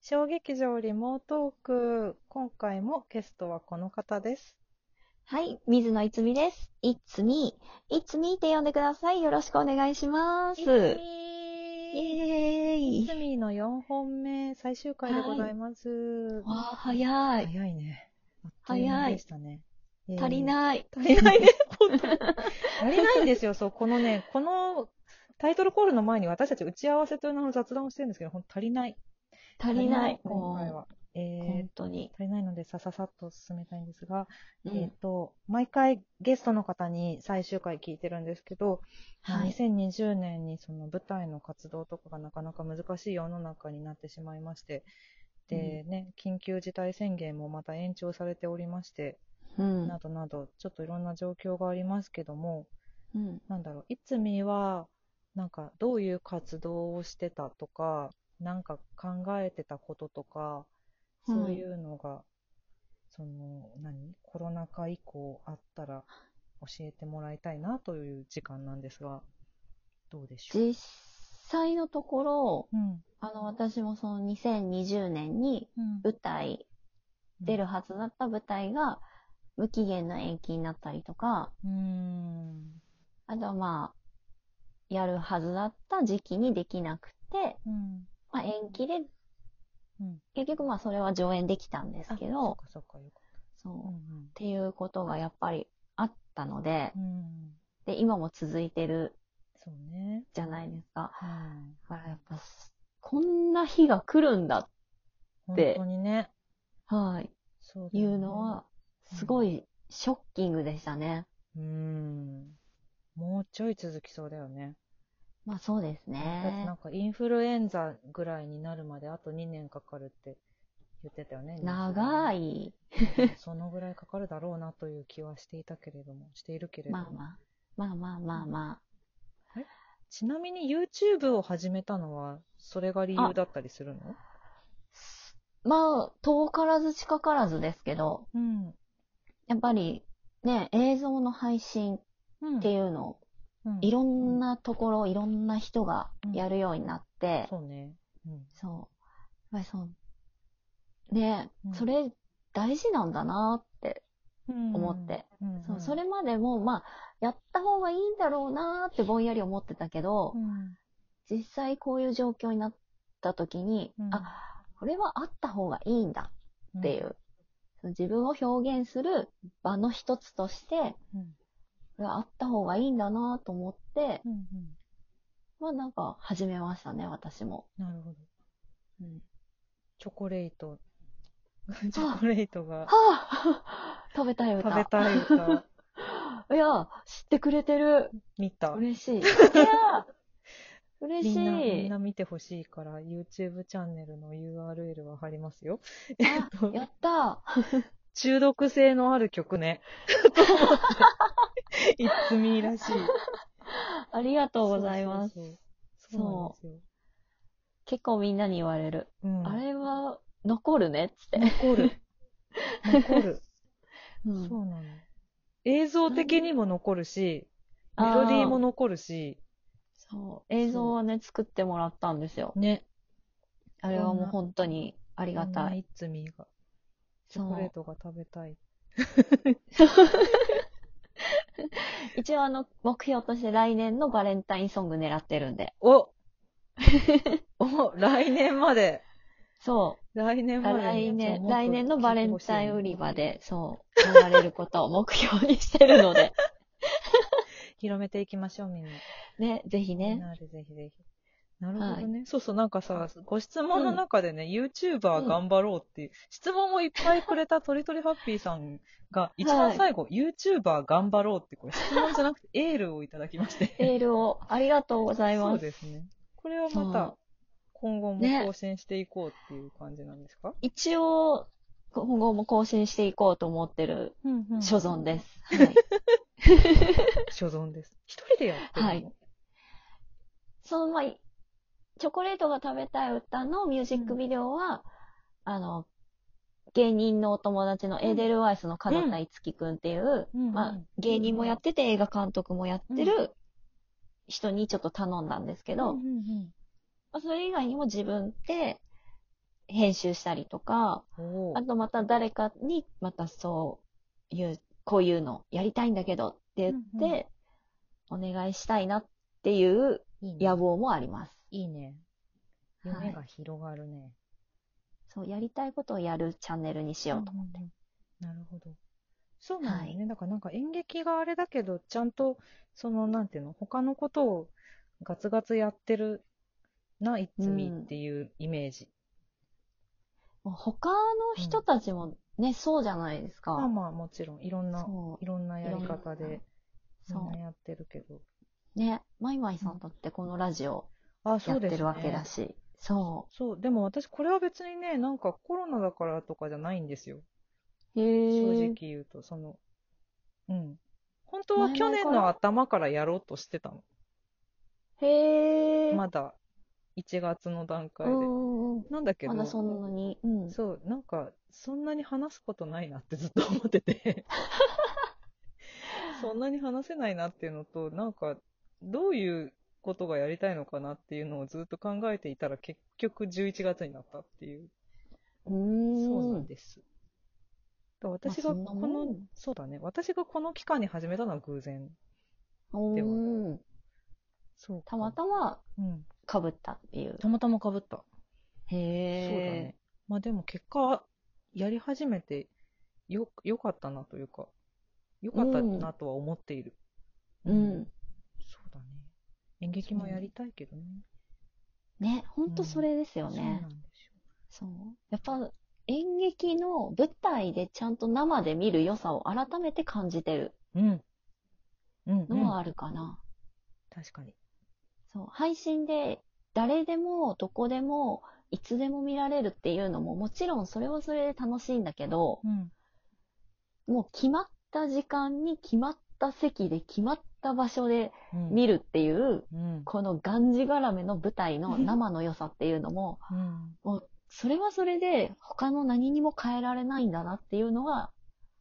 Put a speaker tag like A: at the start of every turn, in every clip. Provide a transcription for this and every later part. A: 小劇場リモートーク、今回もゲストはこの方です。
B: はい、水野いつみです。いつみ、いつみって呼んでください。よろしくお願いしま
A: いつ
B: す。イ
A: みー
B: エー
A: い
B: イ
A: つ。みの4本目、最終回でございます。
B: わあ、早い。
A: 早いね。あっという間でしたね。
B: 足り
A: い。
B: ない。
A: 足りないね、本当に。足りないんですよ、そう。このね、このタイトルコールの前に私たち打ち合わせという名の雑談をしてるんですけど、ほんと足りない。
B: 足りない。
A: 今回
B: も
A: は。え
B: う、
A: ー
B: 本、当に。
A: 足りないので、さささっと進めたいんですが、
B: う
A: えっ
B: ん。
A: と、毎回ゲストの方に最終回聞いてるんですけど、
B: はい。
A: 2020年にその舞台の活動とかがなかなか難しい世の中になってしまいまして、でね、緊急事態宣言もまた延長されておりまして、
B: うん
A: な。どなど、ちょっといろんな状況がありますけども、
B: うん。
A: なんだろう、いつみは、なんかどういう活動をしてたとか、なんか考えてたこととか、そういうのが、その、何コロナ禍以降あったら教えてもらいたいなという時間なんですが、どうでしょう。
B: 実際のところ、
A: うん。
B: あの、私もその2020年に舞台、出るはずだった舞台が無期限の延期になったりとか、
A: うん。
B: あとはまあ、やるはずだった時期にできなくて、
A: うん。
B: まあ、延期で、
A: うん
B: 結局まあそれは上演できたんです
A: あ
B: け
A: そっ
B: ど、
A: かそっか、よかっ
B: そう、
A: た。う
B: っ
A: ん
B: ていうことがやっぱりあったので
A: う、ん。うん。
B: で、今も続いてる
A: そうね。
B: じゃないですか。
A: うん。
B: だからやっぱ、こんな日が来るんだ、
A: 本
B: で
A: 当にね。
B: はい、
A: そうだ
B: い
A: よね
B: うのは、すごいショッキングでしたね。
A: うーんもうちょい続きそうだよね。
B: まあそうです
A: だってな
B: ね
A: ん。かインフルエンザぐらいになるまであと2年かかるって言ってたよね。
B: 長
A: い。
B: い。
A: そのぐらいかかるだろうなという気はしていたけれども、しているけれども。
B: まあまあ。まあまあまあま
A: ちなみに YouTube を始めたのは、それが理由だったりするの
B: あ。まあ、遠からず近からずですけど、
A: うん。
B: やっぱりね、映像の配信
A: うん。
B: っていうのを
A: うん
B: いろんなところ、いろんな人がやるようになって、
A: そうね。うん。
B: そう。やっぱりそう。ねえ、
A: うん
B: それ大事なんだなって、思って
A: うん。うん
B: そう。それまでも、まあ、やった方がいいんだろうなってぼんやり思ってたけど、
A: うん
B: 実際こういう状況になった時に、
A: うん
B: あ、これはあった方がいいんだ
A: うん
B: っていう、その自分を表現する場の一つとして、
A: うん
B: これはあった方がいいんだなと思って、
A: うんうん
B: まあなんか始めましたね、私も。
A: なるほど。
B: うん
A: チョコレート。チョコレートが
B: はあ、 食べたい歌。
A: 食べたい 歌。
B: いや、知ってくれてる。
A: 見た。
B: 嬉しい。いや、嬉
A: みん
B: し
A: な、みん
B: い。
A: な見てほしいから、YouTube チャンネルの URL は貼りますよ。
B: あ
A: えっと
B: やった。
A: 中毒性のある曲ね。 と思って。いつみらしい。ありが
B: ありがとうございます。
A: そうそうそうそうなんです
B: 結構みんなに言われる。
A: よ。うん、
B: あれは残るねっつって。
A: 残る。残る。
B: うん
A: そうなの。映像的にも残るし、メロディーも残るし、
B: そう。映像はね、作ってもらったんですよ。
A: ね。
B: あれはもう本当にありが
A: こん
B: た。
A: ないいつみが、チ
B: そ
A: ョコレー
B: う。
A: トが食べたい。
B: 一応あの、目標として来年のバレンタインソング狙ってるんで。
A: おお、来年まで。
B: そう。
A: 来年までに
B: 来
A: ちょ
B: 年、
A: っと
B: 来年のバレンタイン売り場で、そう、流れることを目標にしてるの で、
A: 広めていきましょう、みんな。
B: ね、ぜひ
A: みん
B: ね。
A: なでぜひぜひ。なるほどね。そうそう、なんかさ、ご質問の
B: うん
A: 中でね、YouTuber 頑張ろうっていう、質問をいっぱいくれたとりとりハッピーさんが、一番最後、YouTuber 頑張ろうって、これ質問じゃなくてエールをいただきま して。
B: エールをありがとうござい
A: そう
B: ます。
A: ですね。これは
B: そ
A: ま
B: う
A: た、今後も
B: ね
A: 更新していこうっていう感じなんですか、
B: 一応、今後も更新していこうと思ってる
A: うんう
B: 所
A: 所
B: 存です。はい。
A: 存です。一人でやってるの、
B: はいその、まあ、チョコレートが食べたい歌のミュージックビデオは、あの、芸人のお友達のエーデルワイスの角田樹くんっていう、
A: うんうん
B: まあ、芸人もやってて映画監督もやってる人にちょっと頼んだんですけど、
A: うんうんうん
B: まあ、それ以外にも自分で編集したりとか、
A: お
B: あ
A: ー
B: とまた誰かに、またそういう、こういうのやりたいんだけどって言って、お願いしたいなっていう
A: いいね
B: 野。望もあります。
A: いいね。
B: はい
A: 夢が広がるね。
B: そう、やりたいことをやるチャンネルにしようと思って。
A: うんうんうんなるほど。そうなんだよね。だからなんか演劇があれだけど、ちゃんと、その、なんていうの、他のことをガツガツやってるな、いつみっていうイメージ。
B: もう他の人たちもね、そうじゃないですか。
A: まあまあ、もちろん、いろんな、
B: そ
A: いろんなやり方
B: いろんな
A: で、みん
B: そ
A: なやってるけど。
B: う。ね、マイマイさんだってこのラジオ
A: あ、
B: や
A: そ
B: っ
A: うで
B: て
A: す
B: るわけだ
A: ね。
B: し。そ
A: そう、でも私、これは別にね、なんかコロナだからとかじゃないんですよ。
B: う。
A: 正
B: へ
A: 直
B: え。
A: 言うと、その、うん。本当は
B: 前々
A: 去年
B: から
A: の頭からやろうとしてたの。
B: へえ。
A: まだ1月の段階で
B: う。んうんうん
A: なんだけど、
B: まだそんなに。うん。
A: そう、なんか、そんなに話すことないなってずっと思って て。そんなに話せないなっていうのと、なんか、どういうことがやりたいのかなっていうのをずっと考えていたら、結局11月になったっていう。
B: うーん。
A: そうなんです。だから私が
B: まあそ
A: こ
B: んなも
A: の、
B: ん
A: そうだね、私がこの期間に始めたのは偶然。
B: う
A: では
B: ーん。
A: そう
B: たま
A: ま。
B: たま
A: うん。
B: 被ったっていう。
A: たまたま被った。
B: へ
A: そう
B: え。
A: だね。。まあでも結果、やり始めてよ、よかったなというか、よかったなとは思っている。
B: うん。
A: そうだね。演劇もやりたいけどね。
B: ね、ほんとそれですよ
A: そう
B: ね
A: な。んですよ。
B: そう。やっぱ演劇の舞台でちゃんと生で見る良さを改めて感じてる
A: うん。うん、う
B: の
A: ん。
B: はあるかな。
A: 確かに。
B: そう。配信で誰でもどこでもいつでも見られるっていうのももちろんそれはそれで楽しいんだけど、
A: うん。
B: もう決まった時間に決まった席で決まった場所で
A: うん。
B: 見るっていう、
A: うん。
B: このがんじがらめの舞台の生の良さっていうのも、
A: うん。
B: それはそれで他の何にも変えられないんだなっていうのが、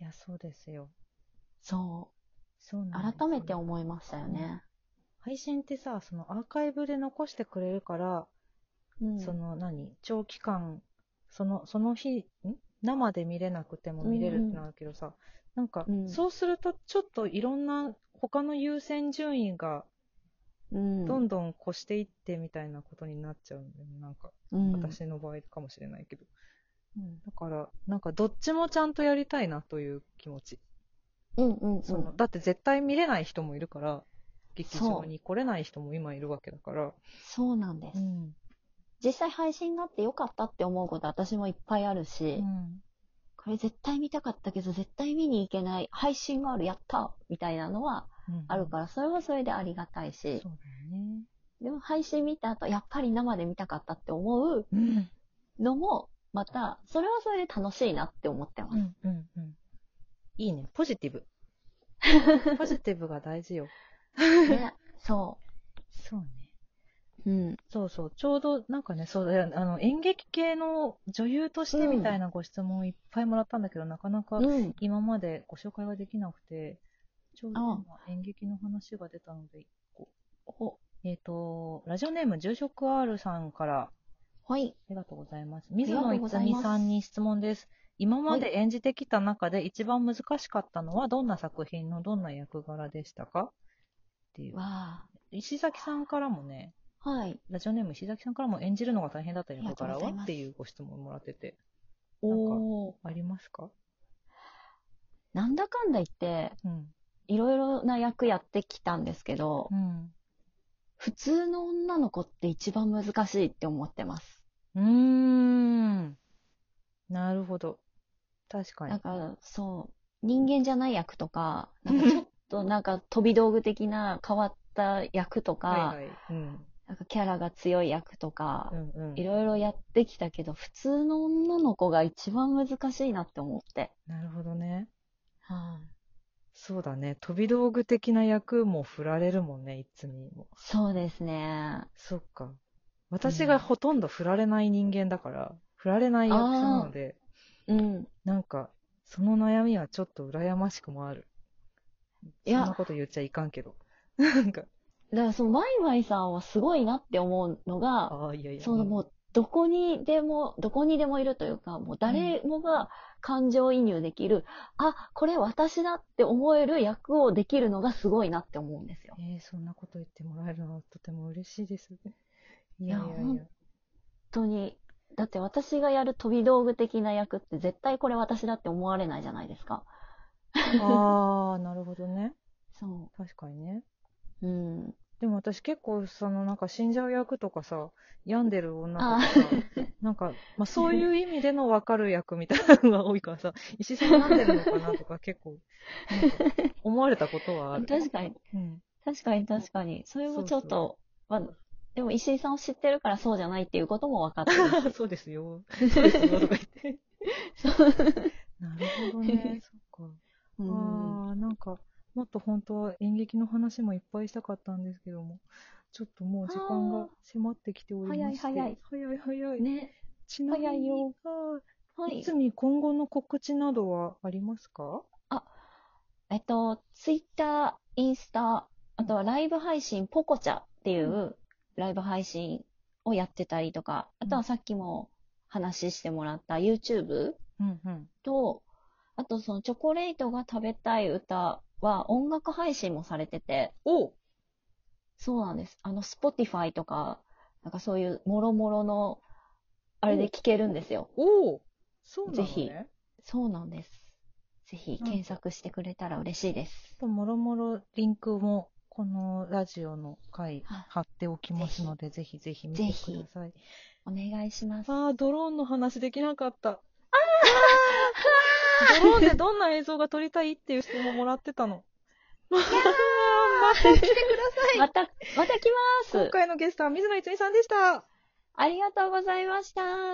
A: いや、そうですよ。
B: そ
A: そう
B: う、
A: なんですよ
B: 改めて思いましたよね。
A: 配信ってさ、そのアーカイブで残してくれるから、
B: うん
A: その何、長期間、その、その日、ん生で見れなくても見れるってなるけどさ、なんか、
B: うん
A: そうするとちょっといろんな他の優先順位が
B: うん
A: どんどん越していってみたいなことになっちゃうんだよね、なんか、
B: うん
A: 私の場合かもしれないけど。
B: うん
A: だから、なんかどっちもちゃんとやりたいなという気持ち。
B: うんうん
A: そのだって絶対見れない人もいるから、劇
B: そ
A: 場
B: う
A: に来れない人も今いるわけだから。
B: そうなんです、
A: ん。
B: 実際配信があってよかったって思うこと私もいっぱいあるし、
A: うん。
B: これ絶対見たかったけど絶対見に行けない配信があるやったみたいなのはあるかららそれはそれでありがたいし
A: そうだよね。
B: でも配信見た後やっぱり生で見たかったって思う
A: うん。
B: のもまたそれはそれで楽しいなって思ってます、
A: うんうんうん。いいね。ポジティ ブ。ポジティブが大事よ。
B: ねそ
A: そうね。
B: ううん
A: そうそう。ちょうど、なんかね、そうだよ。あの、演劇系の女優としてみたいなご質問をいっぱいもらったんだけど、なかなか
B: うん
A: 今までご紹介ができなくて、ちょうど今演劇の話が出たので、一個。
B: お
A: えっ、と、ラジオネーム、住職 R さんから、
B: はい
A: ありがとうございます。
B: り
A: 水
B: がと
A: 野
B: うございます
A: 泉さんに質問です。今まで演じてきた中で一番難しかったのはどんな作品のどんな役柄でしたかっていう。
B: わ
A: 石崎さんからもね、
B: あはい
A: ラジオネーム石崎さんからも演じるのが大変だった役
B: ありがとう
A: 柄
B: ござ
A: はい
B: ます
A: っていうご質問もらってて、
B: おお
A: ありますか
B: なんだかんだ言って
A: うん。
B: いろいろな役やってきたんですけど
A: うん。
B: 普通の女の子って一番難しいって思ってます
A: うーん。なるほど。確か
B: なん
A: に。
B: か、そう、人間じゃない役とか、なんかちょっとなんか飛び道具的な変わった役とか、
A: はいはい。うん。
B: なんかキャラが強い役とか
A: う、んうん。
B: いろいろやってきたけど、普通の女の子が一番難しいなって思って。
A: なるほどね。
B: はい、
A: そうだね。飛び道具的な役も振られるもんね、いつにも。
B: そうですね。
A: そっか。私がほとんど振られない人間だから、振られない役者なので、
B: うん。
A: なんか、その悩みはちょっと羨ましくもある。
B: い
A: そん
B: や
A: なこと言っちゃいかんけど。なんか、
B: だからその、マイマイさんはすごいなって思うのが、
A: ああ、いやいや。
B: その
A: う
B: もう、どこにでも、どこにでもいるというか、もう誰もが感情移入できる、あ、これ私だって思える役をできるのがすごいなって思うんですよ。
A: えー、そんなこと言ってもらえるのはとても嬉しいですね。いやいやいや。
B: いや本本当に。だって私がやる飛び道具的な役って絶対これ私だって思われないじゃないですか。
A: ああ、なるほどね。
B: そ
A: 確かにね。
B: う。うん。
A: でも私結構そのなんか死んじゃう役とかさ、病んでる女
B: あ
A: とかさ、なんか、まあ、そういう意味での分かる役みたいなのが多い からさ、石井さん病んでるのかなとか結構、なんか思われたことはある。
B: 確かに。
A: うん。
B: 確かに確かに。それもちょっと、
A: そ
B: まあ、でも石井さんを知ってるからそうじゃないっていうことも分かって る。
A: そうですよ。そうですよ。とか言 って。なるほどね。そっか。
B: うん
A: ああ、なんか、もっと本当は演劇の話もいっぱいしたかったんですけども、ちょっともう時間
B: あ
A: が
B: ー
A: 迫ってきておりまして。
B: 早い
A: 早い早い。
B: ね。
A: ちなみ
B: 早い
A: に
B: よ、
A: は、
B: はいい
A: つ。み今後の告知などはありますか
B: えっと、ツイッター、インスタ、あとはライブ配信、ポコチャっていうライブ配信をやってたりとか、あとはさっきも話してもらった YouTube
A: うんうん。
B: と、あとそのチョコレートが食べたい歌は音楽配信もされてて、
A: お
B: そうなんです。あの、Spotify とか、なんかそういう、もろもろの、あれで聞けるんですよ。
A: おそうなのね。
B: ぜひ
A: やっ
B: そうなんです。ぜひ、
A: うん
B: 検索してくれたら嬉しいです。
A: ぱもろもろリンクも、このラジオの回
B: はい
A: 貼っておきますので、ぜひぜひ見て
B: ぜ
A: く
B: ひ
A: ださい。
B: お願いします。
A: ああ、ドローンの話できなかった。ドローンでどんな映像が撮りたいっていう質問もらってたの。待ってください。
B: また、また来ま
A: 今
B: す
A: 回のゲストは水野いつみさんでした。
B: ありがとうございました